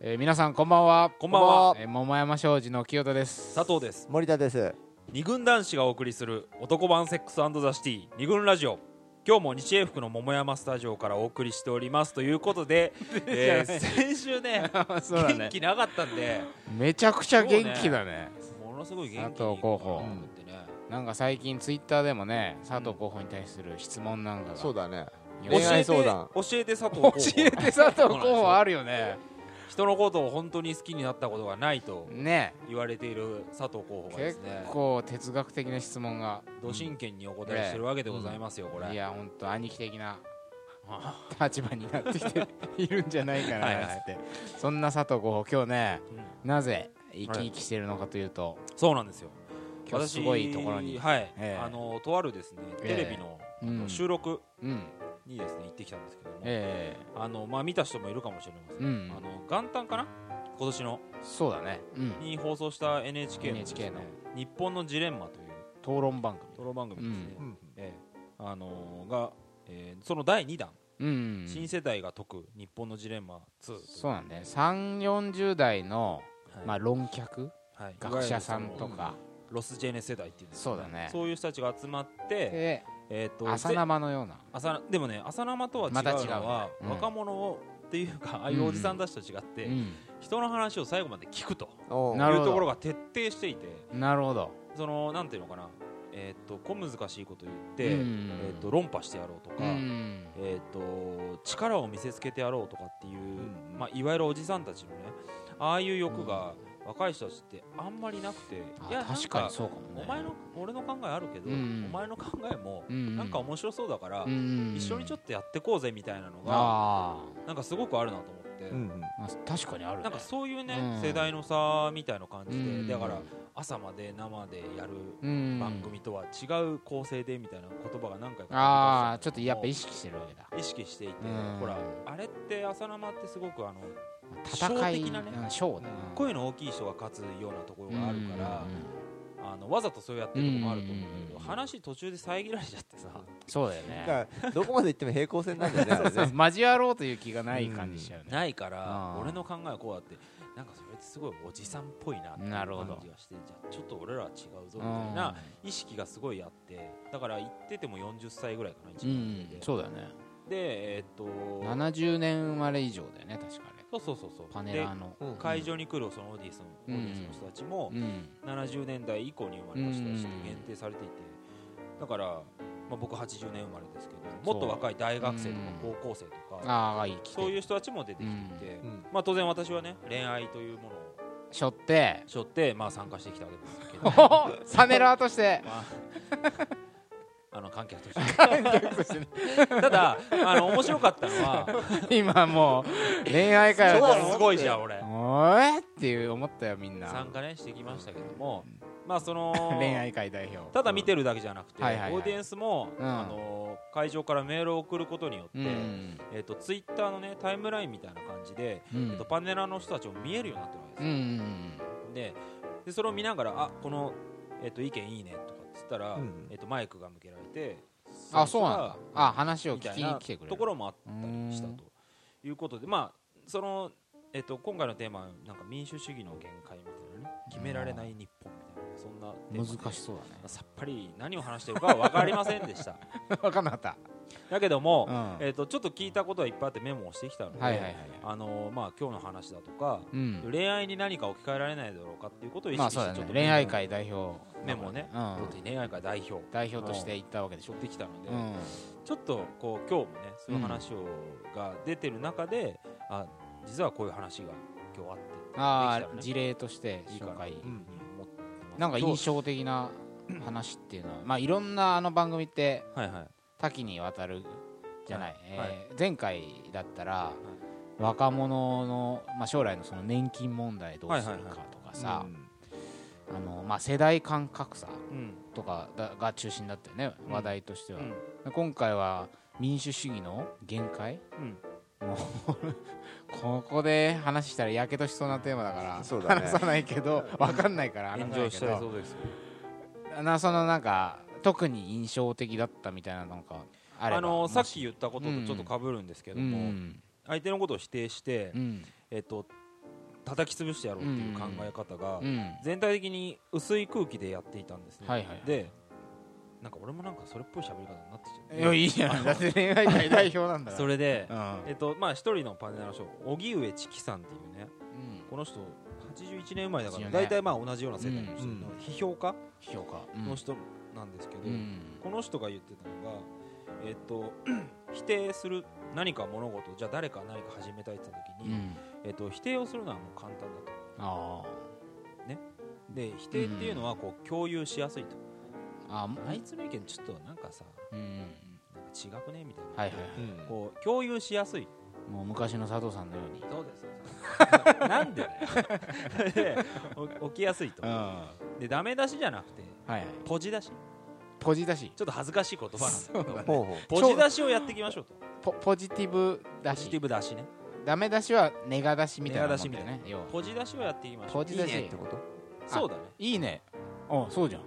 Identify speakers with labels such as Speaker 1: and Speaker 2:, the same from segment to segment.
Speaker 1: えー皆さんこんばんは
Speaker 2: こんばんは
Speaker 1: えー桃山商事の清田 です
Speaker 2: 佐藤です
Speaker 3: 森田です
Speaker 2: 二軍男子がお送りする男版セックスザシティ二軍ラジオ今日も日英福の桃山スタジオからお送りしておりますというこ とで、えー先週ね
Speaker 1: そうだね
Speaker 2: 元気なかったんで
Speaker 1: めちゃくちゃ元気だね
Speaker 2: ものすごい元気に
Speaker 1: 佐藤候補
Speaker 2: うんだってね
Speaker 1: なんか最近ツイッターでもね佐藤候補に対する質問なんかが、
Speaker 3: そうだね
Speaker 1: い
Speaker 2: 教
Speaker 1: ろい
Speaker 2: え
Speaker 1: ろ
Speaker 3: 恋愛
Speaker 2: て
Speaker 3: 相談
Speaker 2: 教えて佐藤
Speaker 1: 教
Speaker 2: 候補
Speaker 1: えて佐藤候補あるよね
Speaker 2: 人のことを本当に好きになったことがないと
Speaker 1: ね
Speaker 2: 言われている佐藤候補がで
Speaker 1: 結
Speaker 2: すね
Speaker 1: 構哲学的な質問が
Speaker 2: ど真剣にお答えしてるわけでございますよこれ、
Speaker 1: いやほんと兄貴的な立場になってき ているんじゃないか
Speaker 2: はいは
Speaker 1: ないなんてそんな佐藤候補今日ね
Speaker 2: うん
Speaker 1: なぜ生き生きしてるのかというと
Speaker 2: そうなんですよ
Speaker 1: 今日すごいところに
Speaker 2: はい、
Speaker 1: ええ
Speaker 2: あのとあるですねテレビの
Speaker 1: うん
Speaker 2: 収録
Speaker 1: うん
Speaker 2: にですね行ってきたんですけども、
Speaker 1: え
Speaker 2: あのまあ見た人もいるかもしれません、
Speaker 1: うん
Speaker 2: あの元旦かな今年の
Speaker 1: えそうだねうん
Speaker 2: に放送した NHK のですね
Speaker 1: NHK の
Speaker 2: 日本のジレンマ」という
Speaker 1: 討論番組
Speaker 2: トロ番組ですね、
Speaker 3: うん
Speaker 2: ええあのが、えーその第2弾、
Speaker 1: うん
Speaker 2: 新世代が解く日本のジレンマ2
Speaker 1: そうなんだよ3 4 0代の
Speaker 2: はい
Speaker 1: まあ論客
Speaker 2: はい
Speaker 1: 学者さんと
Speaker 2: いわゆる
Speaker 1: か
Speaker 2: そのロスジェネ世代っていうんですか
Speaker 1: そうだね
Speaker 2: そういう人たちが集まって、
Speaker 1: で
Speaker 2: えー、と
Speaker 1: 浅
Speaker 2: ぜ
Speaker 1: 生のような
Speaker 2: 朝なでもね朝生とは違う
Speaker 1: また違う
Speaker 2: のは、
Speaker 1: うん
Speaker 2: 若者をっていうかああいうおじさんたちと違って、
Speaker 1: う
Speaker 2: 人の話を最後まで聞くと
Speaker 3: おう
Speaker 1: なる
Speaker 2: い
Speaker 1: ほ
Speaker 2: う
Speaker 1: ど
Speaker 2: ところが徹底していて
Speaker 1: んなるほど
Speaker 2: そのなんていうのかなえーっと小難しいこと言って、
Speaker 1: うん
Speaker 2: えーっと論破してやろうとか、
Speaker 1: うん
Speaker 2: えーっと力を見せつけてやろうとかっていう、
Speaker 3: ん
Speaker 2: まあ、いわゆるおじさんたちのねああいう欲が若い人たちってあんまりなくて、いや
Speaker 1: あ
Speaker 2: なん
Speaker 1: 確かにそうかもね
Speaker 2: お前の俺の考えあるけど、
Speaker 1: うん
Speaker 2: お前の考えも
Speaker 1: うん
Speaker 2: なんか面白そうだから、
Speaker 1: うん
Speaker 2: 一緒にちょっとやってこうぜみたいなのが
Speaker 1: あ
Speaker 2: なんかすごくあるなと思って、
Speaker 3: うんうん
Speaker 1: ーまあ確かにあるね
Speaker 2: なんかそういうね、
Speaker 1: うん
Speaker 2: 世代の差みたいな感じで、
Speaker 1: うん
Speaker 2: だから朝まで生でやる
Speaker 1: うん
Speaker 2: 番組とは違う構成でみたいな言葉が何回か
Speaker 1: ああちょっとやっぱ意
Speaker 2: 意
Speaker 1: 識してるわけだ
Speaker 2: 識していて、
Speaker 1: うん
Speaker 2: ほらあれって朝生ってすごくあの
Speaker 1: 戦い
Speaker 2: ショー的なね
Speaker 1: うんショーだな
Speaker 2: 声の大きい人が勝つようなところがある
Speaker 1: うん
Speaker 2: から、
Speaker 1: うんうん
Speaker 2: あのわざとそうやってるとこもあると思うんだけど、
Speaker 1: うん
Speaker 2: 話途中で遮られち ゃってさ、
Speaker 1: そうだよ
Speaker 3: だ
Speaker 1: ね
Speaker 3: からどこまで行っても平行線なんだよねあれね
Speaker 1: 交わろうという気がない感じしちゃうね
Speaker 2: ないから
Speaker 1: あー
Speaker 2: 俺の考えはこうだってなんかそれってすごいおじさんっぽいなっていう
Speaker 1: なるほど
Speaker 2: 感じがしてじゃあちょっと俺らは違うぞみ
Speaker 1: う
Speaker 2: たい
Speaker 1: ん
Speaker 2: な意識がすごいあってだから行ってても40歳ぐらいかな一
Speaker 1: う
Speaker 2: 番
Speaker 1: ん
Speaker 2: 上で
Speaker 1: そうだよね
Speaker 2: でえーっと
Speaker 1: 70年生まれ以上だよね確かね
Speaker 2: そうそうそうそう
Speaker 1: パネ
Speaker 2: で
Speaker 1: ラーの
Speaker 3: うん
Speaker 2: 会場に来るそのオーディエンスの
Speaker 1: うん
Speaker 2: オーディエンスの人たちも
Speaker 1: うん
Speaker 2: 70年代以降に生まれました
Speaker 1: うん
Speaker 2: 人限定されていてだから、まあ、僕80年生まれですけどもっと若い大学生とか
Speaker 1: うん
Speaker 2: 高校生とか
Speaker 1: ああ生きて
Speaker 2: そういう人たちも出てきていて、
Speaker 3: うん
Speaker 2: まあ、当然私はね恋愛というものを
Speaker 1: しょって
Speaker 2: 背負って、まあ、参加してきたわけですけど、
Speaker 1: お
Speaker 2: ま
Speaker 1: ほほサネラーとして
Speaker 2: あ、 あの観客として ただあの面白かったの は
Speaker 1: 今もう恋愛会
Speaker 3: そうだ
Speaker 1: 話
Speaker 3: ろ
Speaker 2: すごいじゃん俺
Speaker 1: おえって思ったよみんな
Speaker 2: 参加ねしてきましたけどもまあその
Speaker 1: 恋愛会代表
Speaker 2: ただ見てるだけじゃなくて、
Speaker 1: はいはいはい
Speaker 2: オーディエンスも、
Speaker 1: うん
Speaker 2: あの会場からメールを送ることによって、
Speaker 1: うん
Speaker 2: えっとツイッターの、ね、タイムラインみたいな感じで、
Speaker 1: う
Speaker 2: えっ
Speaker 1: ん
Speaker 2: とパネラーの人たちも見えるようになってるわけ
Speaker 1: う
Speaker 2: ですよ、
Speaker 1: ん
Speaker 2: ででそれを見ながら「あこの、えっと意見いいね」とかっつったら、
Speaker 3: うん
Speaker 2: えっとマイクが向けられて
Speaker 1: あそうなんだ
Speaker 2: の人が
Speaker 1: あ話を
Speaker 2: みた
Speaker 1: 聞
Speaker 2: い
Speaker 1: きに
Speaker 2: な
Speaker 1: 来てくれる
Speaker 2: ところもあったりしたということでまあその、えっと今回のテーマはなんか民主主義の限界みたいなね決められない日本みたいなそんなテーマで
Speaker 1: 難しそうだね
Speaker 2: さっぱり何を話してるかは分かりませんでした
Speaker 1: 分かんなかった
Speaker 2: だけども、
Speaker 1: うん
Speaker 2: えっとちょっと聞いたことはいっぱいあってメモをしてきたので、
Speaker 1: はいはいはい
Speaker 2: あのまあ、今日の話だとか、
Speaker 1: うん
Speaker 2: 恋愛に何か置き換えられないだろうかっていうことを意
Speaker 1: まあ
Speaker 2: 識し
Speaker 1: そう
Speaker 2: て、
Speaker 1: だ
Speaker 2: ち
Speaker 1: ね
Speaker 2: ょっと
Speaker 1: 恋愛界代表
Speaker 2: メモをね、
Speaker 1: うん
Speaker 2: ちょっと恋愛界代表
Speaker 1: 代表として行ったわけでし
Speaker 2: し
Speaker 1: ょ
Speaker 2: ょってきたので、
Speaker 1: うん
Speaker 2: ちょっとこう今日もねそういう話を、が出てる中であ実はこういう話が今日あって
Speaker 1: あ
Speaker 2: できたら
Speaker 1: あ
Speaker 2: ね
Speaker 1: 事例として紹介
Speaker 3: うん
Speaker 2: 思ってます
Speaker 1: なんか印象的な話っていうのはまあいろんなあの番組って
Speaker 2: はいはい
Speaker 1: 多岐にわたるじゃない、えー
Speaker 2: はい
Speaker 1: 前回だったら、若者の、まあ、将来のその年金問題どうするかとかさ、
Speaker 3: うん
Speaker 1: あのまあ、世代間格差
Speaker 2: うん
Speaker 1: とかだが中心だったよね、
Speaker 2: うん
Speaker 1: 話題としては、
Speaker 2: うん
Speaker 1: で今回は民主主義の限界
Speaker 2: うん
Speaker 1: もうここで話したらやけどしそうなテーマだから
Speaker 3: そうだね
Speaker 1: 話さないけど分かんないから話さ
Speaker 2: 炎
Speaker 1: な
Speaker 2: 上
Speaker 1: い
Speaker 2: し
Speaker 1: け
Speaker 2: ちゃい
Speaker 1: ど
Speaker 2: そうです
Speaker 1: なそのなんか特に印象的だったみたいなのかあ
Speaker 2: あ
Speaker 1: れば
Speaker 2: のさっ
Speaker 1: もし
Speaker 2: き言ったこととちょっと被るんですけど
Speaker 1: う
Speaker 2: も、
Speaker 1: ん
Speaker 2: 相手のことを否定して、
Speaker 1: うん
Speaker 2: えっと叩き潰してやろうっていう考え方が
Speaker 1: うん
Speaker 2: 全体的に薄い空気でやっていたんですね、
Speaker 1: はいはいはい
Speaker 2: でなんか俺もなんかそれっぽい喋り方になってき
Speaker 1: い
Speaker 2: ちゃ
Speaker 1: やいいじゃ
Speaker 2: う
Speaker 1: んだって恋愛界代表なんだから
Speaker 2: それで、
Speaker 1: うん
Speaker 2: えっとまあ一人のパネラーの人荻上知己さんっていうね
Speaker 1: うん
Speaker 2: この人81年生まれだから
Speaker 1: 84年
Speaker 2: 大体まあ同じような世代の人
Speaker 3: うん
Speaker 2: の批評家
Speaker 1: 評価
Speaker 2: の人なんですけど、
Speaker 1: うん
Speaker 2: この人が言ってたのが、えっと 否定する何か物事じゃあ誰か何か始めたいって言った時
Speaker 1: う
Speaker 2: に、
Speaker 1: ん
Speaker 2: えっと否定をするのはもう簡単だと
Speaker 1: あ
Speaker 2: で否定っていうのはこう共有しやすいと、
Speaker 1: ーあも
Speaker 2: あいつの意見ちょっとなんかさ
Speaker 1: うん
Speaker 2: なんか違くねみたいな、
Speaker 1: はいはいは
Speaker 3: うん
Speaker 2: こう共有しやすい
Speaker 1: いもう昔の佐藤さんのように
Speaker 2: そうですなんでだよでお起きやすいと、
Speaker 1: は
Speaker 2: でダメ出しじゃなくて
Speaker 1: いはい
Speaker 2: ポジ出し
Speaker 1: ポジだし
Speaker 2: ちょっと恥ずかしい言葉なんですけど
Speaker 3: ほうほう
Speaker 2: ポジ出しをやっていきましょう
Speaker 1: ポ
Speaker 2: と
Speaker 1: ポジティブだ
Speaker 2: ポジテ
Speaker 1: し
Speaker 2: ィブ出しね
Speaker 1: ダメ出しはネガ出しみたいなもんだよ
Speaker 2: ネガ出
Speaker 1: ね要は
Speaker 2: ポジ出しをやっていきましょ
Speaker 1: ポ
Speaker 2: う
Speaker 1: ジだ
Speaker 3: いいねっ
Speaker 1: して
Speaker 3: こと
Speaker 2: そうだね
Speaker 1: いいねあそうじゃん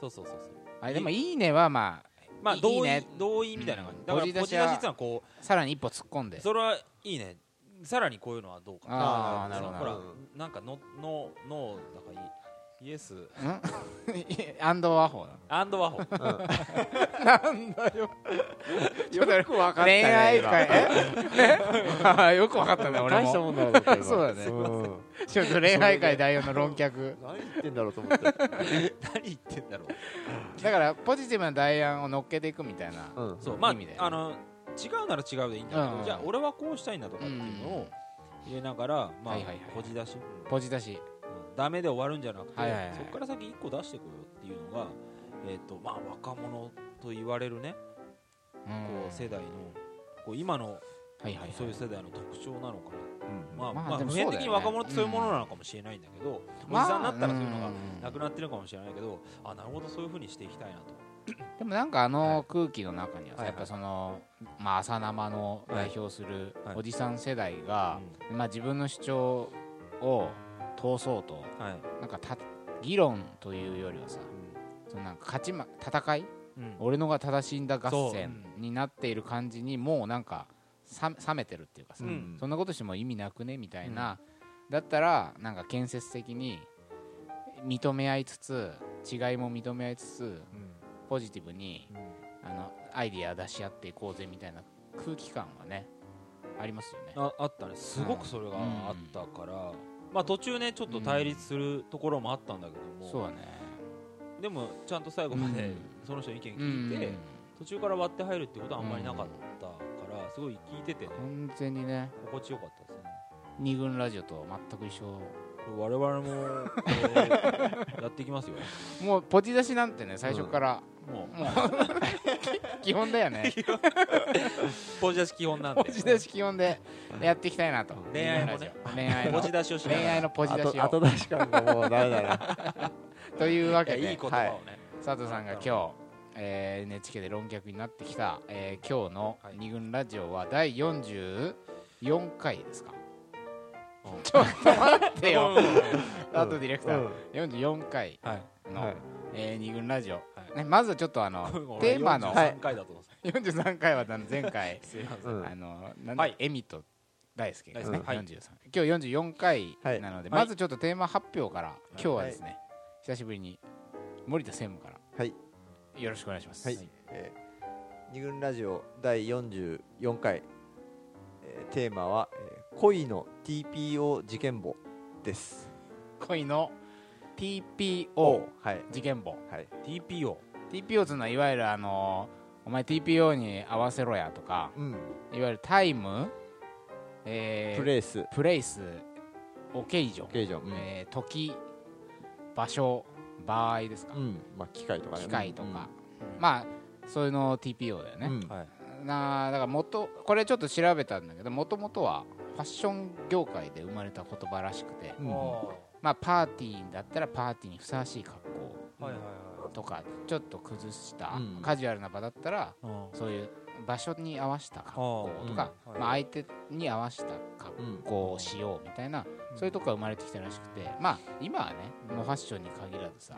Speaker 2: そうそうそうそう
Speaker 1: あでもいいねはまあ
Speaker 2: まあ
Speaker 1: いい
Speaker 2: 同意
Speaker 1: ね
Speaker 2: 同意みたいな感じ、
Speaker 1: うん
Speaker 2: だから
Speaker 1: ポ
Speaker 2: ポ
Speaker 1: ジ
Speaker 2: ジ
Speaker 1: 出
Speaker 2: 出し
Speaker 1: しは
Speaker 2: っていうのはこ
Speaker 1: さらに一歩突っ込んで
Speaker 2: うそれはいいねさらにこういうのはどうかな
Speaker 1: あー
Speaker 2: みたい
Speaker 1: なる
Speaker 2: ほ
Speaker 1: ほ
Speaker 2: ら
Speaker 3: ど
Speaker 2: なんかのののだからいいイエス
Speaker 1: アンドワホ
Speaker 2: アンドワホ
Speaker 1: なんだよよくわ
Speaker 3: かった
Speaker 1: 恋
Speaker 3: ね
Speaker 1: 愛界えあ ーよくわかったね俺
Speaker 3: 大した
Speaker 1: も
Speaker 3: もんだよだって今
Speaker 1: そうだね
Speaker 3: ん
Speaker 1: ちょっと恋愛界代表の論客
Speaker 3: 何言ってんだろうと思って
Speaker 2: 何言ってんだろう
Speaker 1: だからポジティブな代案を乗っけていくみたいな
Speaker 3: うん
Speaker 2: そうまあ
Speaker 1: 意味だよね
Speaker 2: あの違うなら違うでいいんだけど、
Speaker 1: うん
Speaker 2: じゃあ俺はこうしたいんだとかっていうのを入れながら、まあ
Speaker 1: はいはいはい
Speaker 2: こじ出し、
Speaker 1: ポジだし
Speaker 2: うんダメで終わるんじゃなくて、
Speaker 1: はいはいはい
Speaker 2: そこから先1個出していこうよっていうのが、えっとまあ、若者と言われるねこう世代のこう今の
Speaker 1: はいはいはい
Speaker 2: そういう世代の特徴なのか
Speaker 3: うん
Speaker 2: な、ま
Speaker 1: まあ
Speaker 2: あまあ
Speaker 1: でもそ
Speaker 2: 普
Speaker 1: うだよ
Speaker 2: 遍
Speaker 1: ね
Speaker 2: 的に若者ってそういうものなのかもしれないんだけど、おじさんになったらそういうのがなくなってるかもしれないけどあなるほどそういうふうにしていきたいなと。
Speaker 1: でもなんかあの空気の中にはさ、
Speaker 2: はい
Speaker 1: やっぱその、まあ、朝生の代表する
Speaker 2: はい
Speaker 1: おじさん世代が、まあ、自分の主張を通そうと
Speaker 2: うんはい
Speaker 1: なんかた議論というよりはさそのなんか勝ち、ま、戦い
Speaker 2: うん
Speaker 1: 俺のが正しいんだ合戦
Speaker 2: そう
Speaker 1: になっている感じにもうなんかさ冷めてるっていうかさ、
Speaker 2: うん
Speaker 1: そんなことしても意味なくねみたいな、だったらなんか建設的に認め合いつつ違いも認め合いつつポジティブに
Speaker 2: うんうん
Speaker 1: あのアイディア出し合っていこうぜみたいな空気感はねありますよね。
Speaker 2: ああったねすごくそれがあったから、まあ途中ねちょっと対立するところもあったんだけど
Speaker 1: そう
Speaker 2: も、
Speaker 1: だね。
Speaker 2: でもちゃんと最後ま
Speaker 1: う
Speaker 2: で
Speaker 1: ん
Speaker 2: その人の意見
Speaker 1: う
Speaker 2: 聞いて、
Speaker 1: ん
Speaker 2: 途中から割って入るってことはあんまりなかったから、すごい聞いててね
Speaker 1: 完全にね
Speaker 2: 心地よかったですね
Speaker 1: 二軍ラジオと全く一緒。
Speaker 2: これ我々も、 えーやっていきますよ
Speaker 1: もうポジ出しなんてね最初から、
Speaker 2: もう
Speaker 1: もう 基本だよね。
Speaker 2: ポジ出し基本なんで
Speaker 1: ポジ出し基本でやっていきたいなと。
Speaker 2: 恋愛もね
Speaker 1: 二軍ラジオ恋愛
Speaker 2: ポ
Speaker 1: の
Speaker 2: ジ出しをしな
Speaker 1: 恋
Speaker 2: がら
Speaker 1: 愛のポジ出し
Speaker 3: 後
Speaker 1: を
Speaker 3: 後出し感がもうダ メだな
Speaker 1: というわけ
Speaker 2: いやいい
Speaker 1: で
Speaker 2: 言葉をね、
Speaker 1: 佐藤さんが今日。えー NHK で論客になってきた、えー今日の
Speaker 2: はい
Speaker 1: 二軍ラジオは第44回ですか、
Speaker 2: うん
Speaker 1: ちょっと待ってよ
Speaker 2: うん
Speaker 1: あとディレクター、
Speaker 3: うん
Speaker 1: 44回
Speaker 2: はい
Speaker 1: の、
Speaker 3: はい
Speaker 1: えー二軍ラジオ、
Speaker 2: い
Speaker 1: ね、まずちょっとあのテーマの
Speaker 2: 俺43回だと思ってた
Speaker 1: 43回はあの前回
Speaker 2: すいません
Speaker 3: うん
Speaker 1: あのなんだ
Speaker 2: はい
Speaker 1: エミと大輔が、
Speaker 2: 大
Speaker 1: ね
Speaker 2: 輔はい
Speaker 1: 43今日44回なので、
Speaker 2: はい
Speaker 1: まずちょっとテーマ発表から、今日はですね、久しぶりに森田専務から
Speaker 3: はい
Speaker 1: よろしくお願いします、
Speaker 3: はい、えー二軍ラジオ第44回、えーテーマは、えー恋の TPO 事件簿です
Speaker 1: 恋の TPO
Speaker 3: はい
Speaker 1: 事件簿
Speaker 3: はい
Speaker 2: TPO
Speaker 1: TPO というのはいわゆるあのお前 TPO に合わせろやとか
Speaker 3: うん
Speaker 1: いわゆるタイム、えー
Speaker 3: プレイス
Speaker 1: プレイスオケージョン
Speaker 3: 形状うん、
Speaker 1: えー時場所場合ですか、
Speaker 3: うんまあ機械とかね
Speaker 1: 機械とか、まあそういうの TPO だよ
Speaker 3: うんう
Speaker 1: ね、
Speaker 3: ん
Speaker 2: はい
Speaker 1: なあだから元これちょっと調べたんだけどもともとはファッション業界で生まれた言葉らしくて、
Speaker 3: うん
Speaker 1: まあパーティーだったらパーティーにふさわしい格
Speaker 2: あはいはい
Speaker 1: 好とかちょっと崩した、
Speaker 3: うん
Speaker 1: カジュアルな場だったら
Speaker 2: はいうん
Speaker 1: そういう場所に合わせた格好とか、
Speaker 2: あーうん
Speaker 1: まあ、相手に合わせた格好をしようみたいな、そういうとこが生まれてきたらしくてまあ今はねもうファッションに限らずさ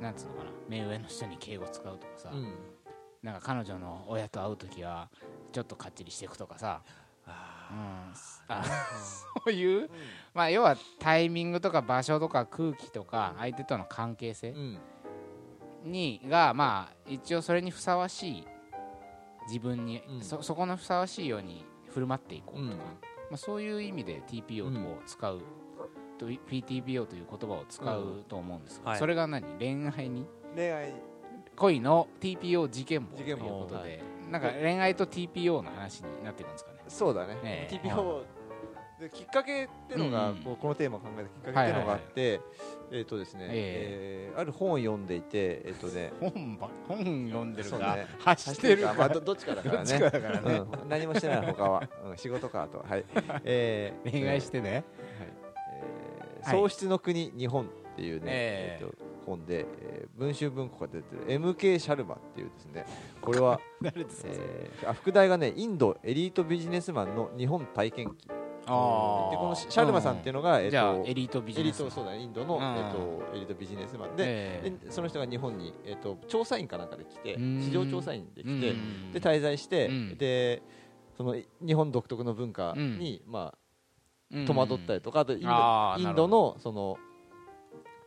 Speaker 1: なんつうのかな目上の人に敬語使うとかさ、
Speaker 3: うん
Speaker 1: なんか彼女の親と会う時はちょっとかっちりしていくとかさ
Speaker 2: あ
Speaker 1: うんあそういう、まあ、要はタイミングとか場所とか空気とか相手との関係性
Speaker 3: うん
Speaker 1: にがまあ一応それにふさわしい自分に、
Speaker 3: うん
Speaker 1: そそこのふさわしいように振る舞っていこうとか、
Speaker 3: うん
Speaker 1: まあ、そういう意味で TPO を使う、と PTPO という言葉を使うと思うんですが、
Speaker 2: はい
Speaker 1: それが何恋愛に
Speaker 3: 恋愛
Speaker 1: 恋の TPO 事件簿と
Speaker 3: 事
Speaker 1: いう
Speaker 3: 件
Speaker 1: こ
Speaker 3: 簿
Speaker 1: とで、なんか恋愛と TPO の話になっていくんですかね。
Speaker 3: そうだね、
Speaker 1: ええ
Speaker 3: TPO できっかけってのが、
Speaker 1: うんうん
Speaker 3: こうこのテーマを考えたきっかけってのがあって、えっ、とですね、
Speaker 1: え
Speaker 3: えーある本を読んでいてえっ、とね
Speaker 1: 本ば本読んでる
Speaker 3: そう
Speaker 1: か、
Speaker 3: ね
Speaker 1: 走ってるか、
Speaker 3: まあ、どどっちかだから
Speaker 1: どっち
Speaker 3: ね
Speaker 1: かだからね、
Speaker 3: うん、何もしてない他は、うん、仕事かあとははい、えー
Speaker 1: 恋愛してね。
Speaker 3: えー
Speaker 1: はい
Speaker 3: 喪失の国日本っていうね、
Speaker 1: え
Speaker 3: え
Speaker 1: え
Speaker 3: ーと本で、えー文集文庫が出てる MK シャルマっていうですねこ れは、
Speaker 1: 誰ですか。
Speaker 3: えーあ副題がねインドエリートビジネスマンの日本体験記で
Speaker 1: ああ。
Speaker 3: このシャルマさんっていう
Speaker 1: の
Speaker 3: のが、えーと
Speaker 1: じゃあエリートビジ
Speaker 3: エリ
Speaker 1: ネ
Speaker 3: ー
Speaker 1: スマン。
Speaker 3: トそうだねインドの、
Speaker 1: うん
Speaker 3: えー、とエリートビジネスマンで,、
Speaker 1: ええ
Speaker 3: でその人が日本に、えー、と調査員かなんかで来て
Speaker 1: うん
Speaker 3: 市場調査員で来て、
Speaker 1: うん
Speaker 3: で滞在して、
Speaker 1: うん
Speaker 3: でそのい日本独特の文化に、まあ、戸惑ったり
Speaker 1: と、
Speaker 3: とか、あとインド
Speaker 1: あー
Speaker 3: インドのその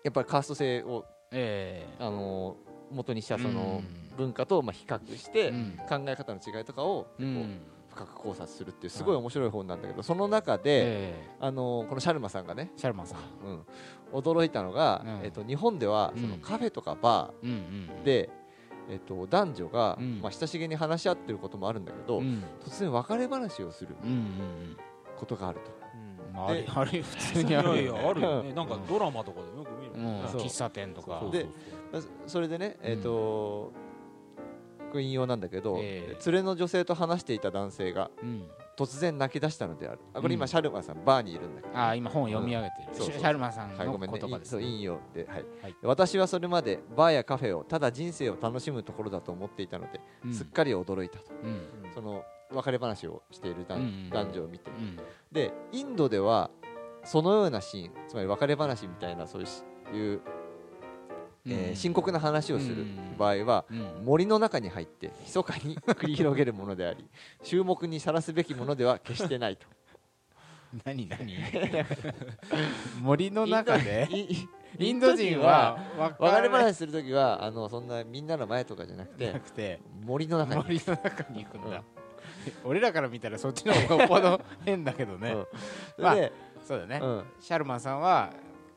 Speaker 3: やっぱりカースト制を、
Speaker 1: ええ
Speaker 3: あのー元にしたそ
Speaker 1: うん
Speaker 3: の文化とまあ比較して、
Speaker 1: うん
Speaker 3: 考え方の違いとかを
Speaker 1: う
Speaker 3: 結構
Speaker 1: ん
Speaker 3: 深く考察するっていうすごい面白い本なんだけど、その中で、
Speaker 1: え
Speaker 3: あのーこのシャルマさんがね、
Speaker 1: えシャルマンさん。
Speaker 3: うん、驚いたのが、
Speaker 1: うん
Speaker 3: えっと日本ではそ
Speaker 1: うん
Speaker 3: のカフェとかバ
Speaker 1: うんうんうん
Speaker 3: ー、で、えっと男女が、
Speaker 1: うん
Speaker 3: まあ、親しげに話し合ってることもあるんだけど、
Speaker 1: うんうん
Speaker 3: 突然別れ話をする
Speaker 1: うん
Speaker 3: ことがあると。
Speaker 1: うん。まああり
Speaker 3: で
Speaker 1: あれ普通
Speaker 2: い
Speaker 1: にあ
Speaker 2: や
Speaker 1: るよね
Speaker 2: いやあるよね
Speaker 1: ん
Speaker 2: なんかドラマとかでもよく見る
Speaker 1: う
Speaker 2: もん
Speaker 1: ん
Speaker 2: ね
Speaker 3: そう
Speaker 1: 喫茶店とか
Speaker 3: そう。でまあそそれでね、えーとこれ引用なんだけど、
Speaker 1: ええ
Speaker 3: 連れの女性と話していた男性が
Speaker 1: うん
Speaker 3: 突然泣き出したのであるあこれ
Speaker 1: う
Speaker 3: 今
Speaker 1: ん
Speaker 3: シャルマさんバーにいるんだけど、
Speaker 1: ああ今本を読み上げてる。
Speaker 3: ん
Speaker 1: シ
Speaker 3: そうそう
Speaker 1: ャシャルマンさん
Speaker 3: はい、
Speaker 1: の
Speaker 3: ごめんね
Speaker 1: 言葉
Speaker 3: い
Speaker 1: です
Speaker 3: そう
Speaker 1: ね。
Speaker 3: 引用で、はい
Speaker 1: はい
Speaker 3: 私はそれまでバーやカフェをただ人生を楽しむところだと思っていたので、
Speaker 1: うん
Speaker 3: すっかり驚いたと
Speaker 1: うん
Speaker 3: その別れ話をしている男,、
Speaker 1: うんうん
Speaker 3: 男女を見て、
Speaker 1: うん
Speaker 3: でインドではそのようなシーンつまり別れ話みたいなそういうしい
Speaker 1: う
Speaker 3: う、えー
Speaker 1: ん
Speaker 3: 深刻な話をす
Speaker 1: う
Speaker 3: る
Speaker 1: ん
Speaker 3: 場合は、
Speaker 1: うん
Speaker 3: 森の中に入って密かに繰り広げるものであり注目にさらすべきものでは決し てないと
Speaker 1: 何 何森の中で
Speaker 3: インドイン
Speaker 1: インド人は
Speaker 3: 別れ
Speaker 1: な
Speaker 3: 話するときはあのそんなみんなの前とかじゃなくて
Speaker 1: くて
Speaker 3: 森の中に、
Speaker 1: 森の中に行くんだ俺らから見たらそっちの方がよっぽど変だけどね
Speaker 3: うんそ
Speaker 1: まあ
Speaker 3: れで、
Speaker 1: そうだね
Speaker 3: うん
Speaker 1: シャルマンさんは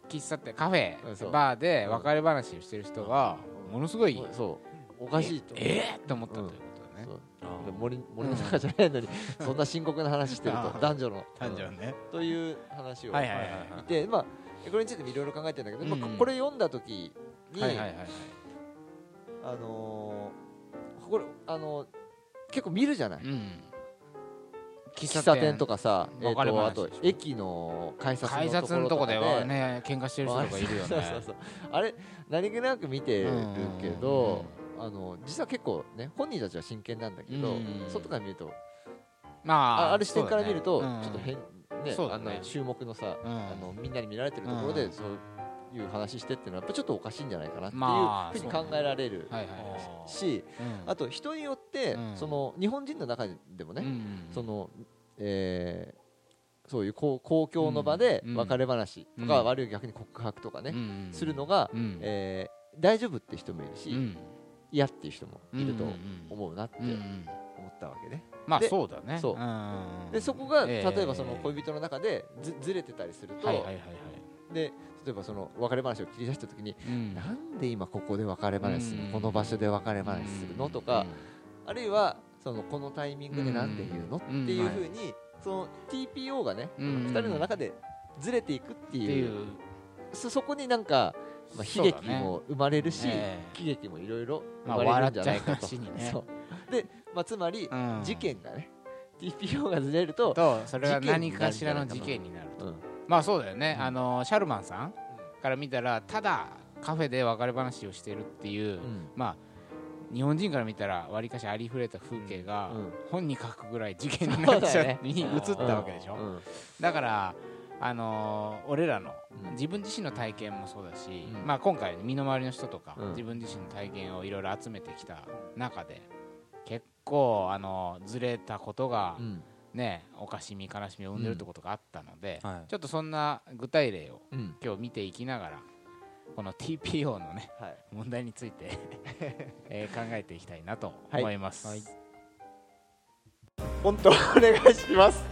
Speaker 1: 喫茶店カフ
Speaker 3: うんそ
Speaker 1: ェ
Speaker 3: う
Speaker 1: バーで別れ話をしてる人がものすごい
Speaker 3: そうおかしいと
Speaker 1: ええっと思ったということだね
Speaker 3: そう
Speaker 2: あ
Speaker 3: で森森の中じゃないのに、そんな深刻な話してる
Speaker 1: あ
Speaker 3: と
Speaker 1: ー
Speaker 3: 男女の
Speaker 1: 単純
Speaker 3: うん
Speaker 1: にね
Speaker 3: という話を
Speaker 1: はいはいはい
Speaker 3: 見て、まあ、これについてもいろいろ考えてるんだけど、まあ
Speaker 1: うん
Speaker 3: これ読んだ時に、
Speaker 1: はいはいはい
Speaker 3: あのーこれあのー結構見るじゃない、
Speaker 1: うん
Speaker 3: 喫茶店とかさ、え
Speaker 1: 別
Speaker 3: ー、
Speaker 1: れ
Speaker 3: と
Speaker 1: 話
Speaker 3: あと
Speaker 1: でしょ
Speaker 3: 駅の改札
Speaker 1: 改
Speaker 3: のとこ
Speaker 1: 札の
Speaker 3: ろ
Speaker 1: と
Speaker 3: とか
Speaker 1: こで
Speaker 3: で
Speaker 1: は ね喧嘩してる人とかいるよ
Speaker 3: そうそう
Speaker 1: ね
Speaker 3: そうあれ何気なく見てるけど、あの実は結構ね本人たちは真剣なんだけど、
Speaker 1: うん
Speaker 3: 外から見ると
Speaker 1: ま
Speaker 3: あ
Speaker 1: あ
Speaker 3: ある視点から見ると、
Speaker 1: そうだねうん
Speaker 3: ちょっと変ね
Speaker 1: そうだ
Speaker 3: あ
Speaker 1: ね
Speaker 3: の注目のさ、
Speaker 1: うん
Speaker 3: あのみんなに見られてるところ
Speaker 1: う
Speaker 3: で
Speaker 1: ん
Speaker 3: そういう話してっていうのはやっぱちょっとおかしいんじゃないかな
Speaker 1: まあ
Speaker 3: っていうふう
Speaker 1: そ
Speaker 3: に
Speaker 1: う
Speaker 3: 考
Speaker 1: ね
Speaker 3: えられる
Speaker 1: はいはいはい
Speaker 2: あー
Speaker 3: し、
Speaker 1: うん
Speaker 3: あと人によって、
Speaker 1: うん
Speaker 3: その日本人の中でもね、
Speaker 1: うんうん
Speaker 3: その、えーそういう公公共の場で
Speaker 1: うん
Speaker 3: 別れ話とか、
Speaker 1: うん
Speaker 3: 悪い逆に告白とかね、
Speaker 1: うん
Speaker 3: するのが、
Speaker 1: うん
Speaker 3: えー大丈夫って人もいるし、
Speaker 1: うん
Speaker 3: 嫌っていう人もいると
Speaker 1: うんうん
Speaker 3: 思うなって
Speaker 1: うんう
Speaker 3: 思
Speaker 1: ん
Speaker 3: ったわけね、
Speaker 1: まあ
Speaker 3: で
Speaker 1: そうだね
Speaker 3: そうん
Speaker 1: んん
Speaker 3: でそこが例
Speaker 1: え
Speaker 3: えばその恋人の中でずずれてたりすると、
Speaker 1: はいはいはいはい
Speaker 3: で例えばその別れ話を切り出した時に、
Speaker 1: うん
Speaker 3: なんで今ここで別れ話するの、
Speaker 1: うん
Speaker 3: この場所で別れ話するのとか、あるいはそのこのタイミングでなんで言うの、
Speaker 1: うん
Speaker 3: っていう
Speaker 1: はい
Speaker 3: ふうに、その TPO がね、
Speaker 1: うん
Speaker 3: 2人の中でずれていく
Speaker 1: う
Speaker 3: って
Speaker 1: んって
Speaker 3: い
Speaker 1: いうう
Speaker 3: そそこになんか、まあ、悲
Speaker 1: そうだ
Speaker 3: 劇
Speaker 1: ね
Speaker 3: も生まれるし、
Speaker 1: ええ
Speaker 3: 喜劇もいろいろ
Speaker 1: まあ
Speaker 3: 生まれるんじゃないか
Speaker 1: 笑っち
Speaker 3: と、
Speaker 1: ゃう話にね
Speaker 3: そうで、まあ、つまり、
Speaker 1: うん
Speaker 3: 事件がね TPO がずれると、
Speaker 1: とそれが
Speaker 3: 事件
Speaker 1: 何
Speaker 3: にな
Speaker 1: か
Speaker 3: るん
Speaker 1: し
Speaker 3: じゃ
Speaker 1: ら
Speaker 3: ないかな
Speaker 1: の事件になる
Speaker 3: うん
Speaker 1: まあそうだよね
Speaker 3: うん
Speaker 1: あのシャルマンさんから見たらただカフェで別れ話をしてるっていう
Speaker 3: うん
Speaker 1: まあ日本人から見たらわりかしありふれた風景が
Speaker 3: うん
Speaker 1: 本に書くぐらい事件になっち
Speaker 3: そう
Speaker 1: ゃ
Speaker 3: だよね
Speaker 1: うに移ったわけでしょ
Speaker 3: うん
Speaker 1: だから、あのー俺らの
Speaker 3: うん
Speaker 1: 自分自身の体験もそうだし、
Speaker 3: うん
Speaker 1: まあ、今回身の回りの人とか、
Speaker 3: うん
Speaker 1: 自分自身の体験をいろいろ集めてきた中で結構、あのーずれたことが
Speaker 3: うん
Speaker 1: ねおかしみ悲しみを生んでるってことがあったので、
Speaker 2: はい
Speaker 1: ちょっとそんな具体例を
Speaker 3: うん
Speaker 1: 今日見ていきながらこの TPO のね
Speaker 3: はい
Speaker 1: 問題について、 えー考えていきたいなと思います、
Speaker 3: 本当お願いします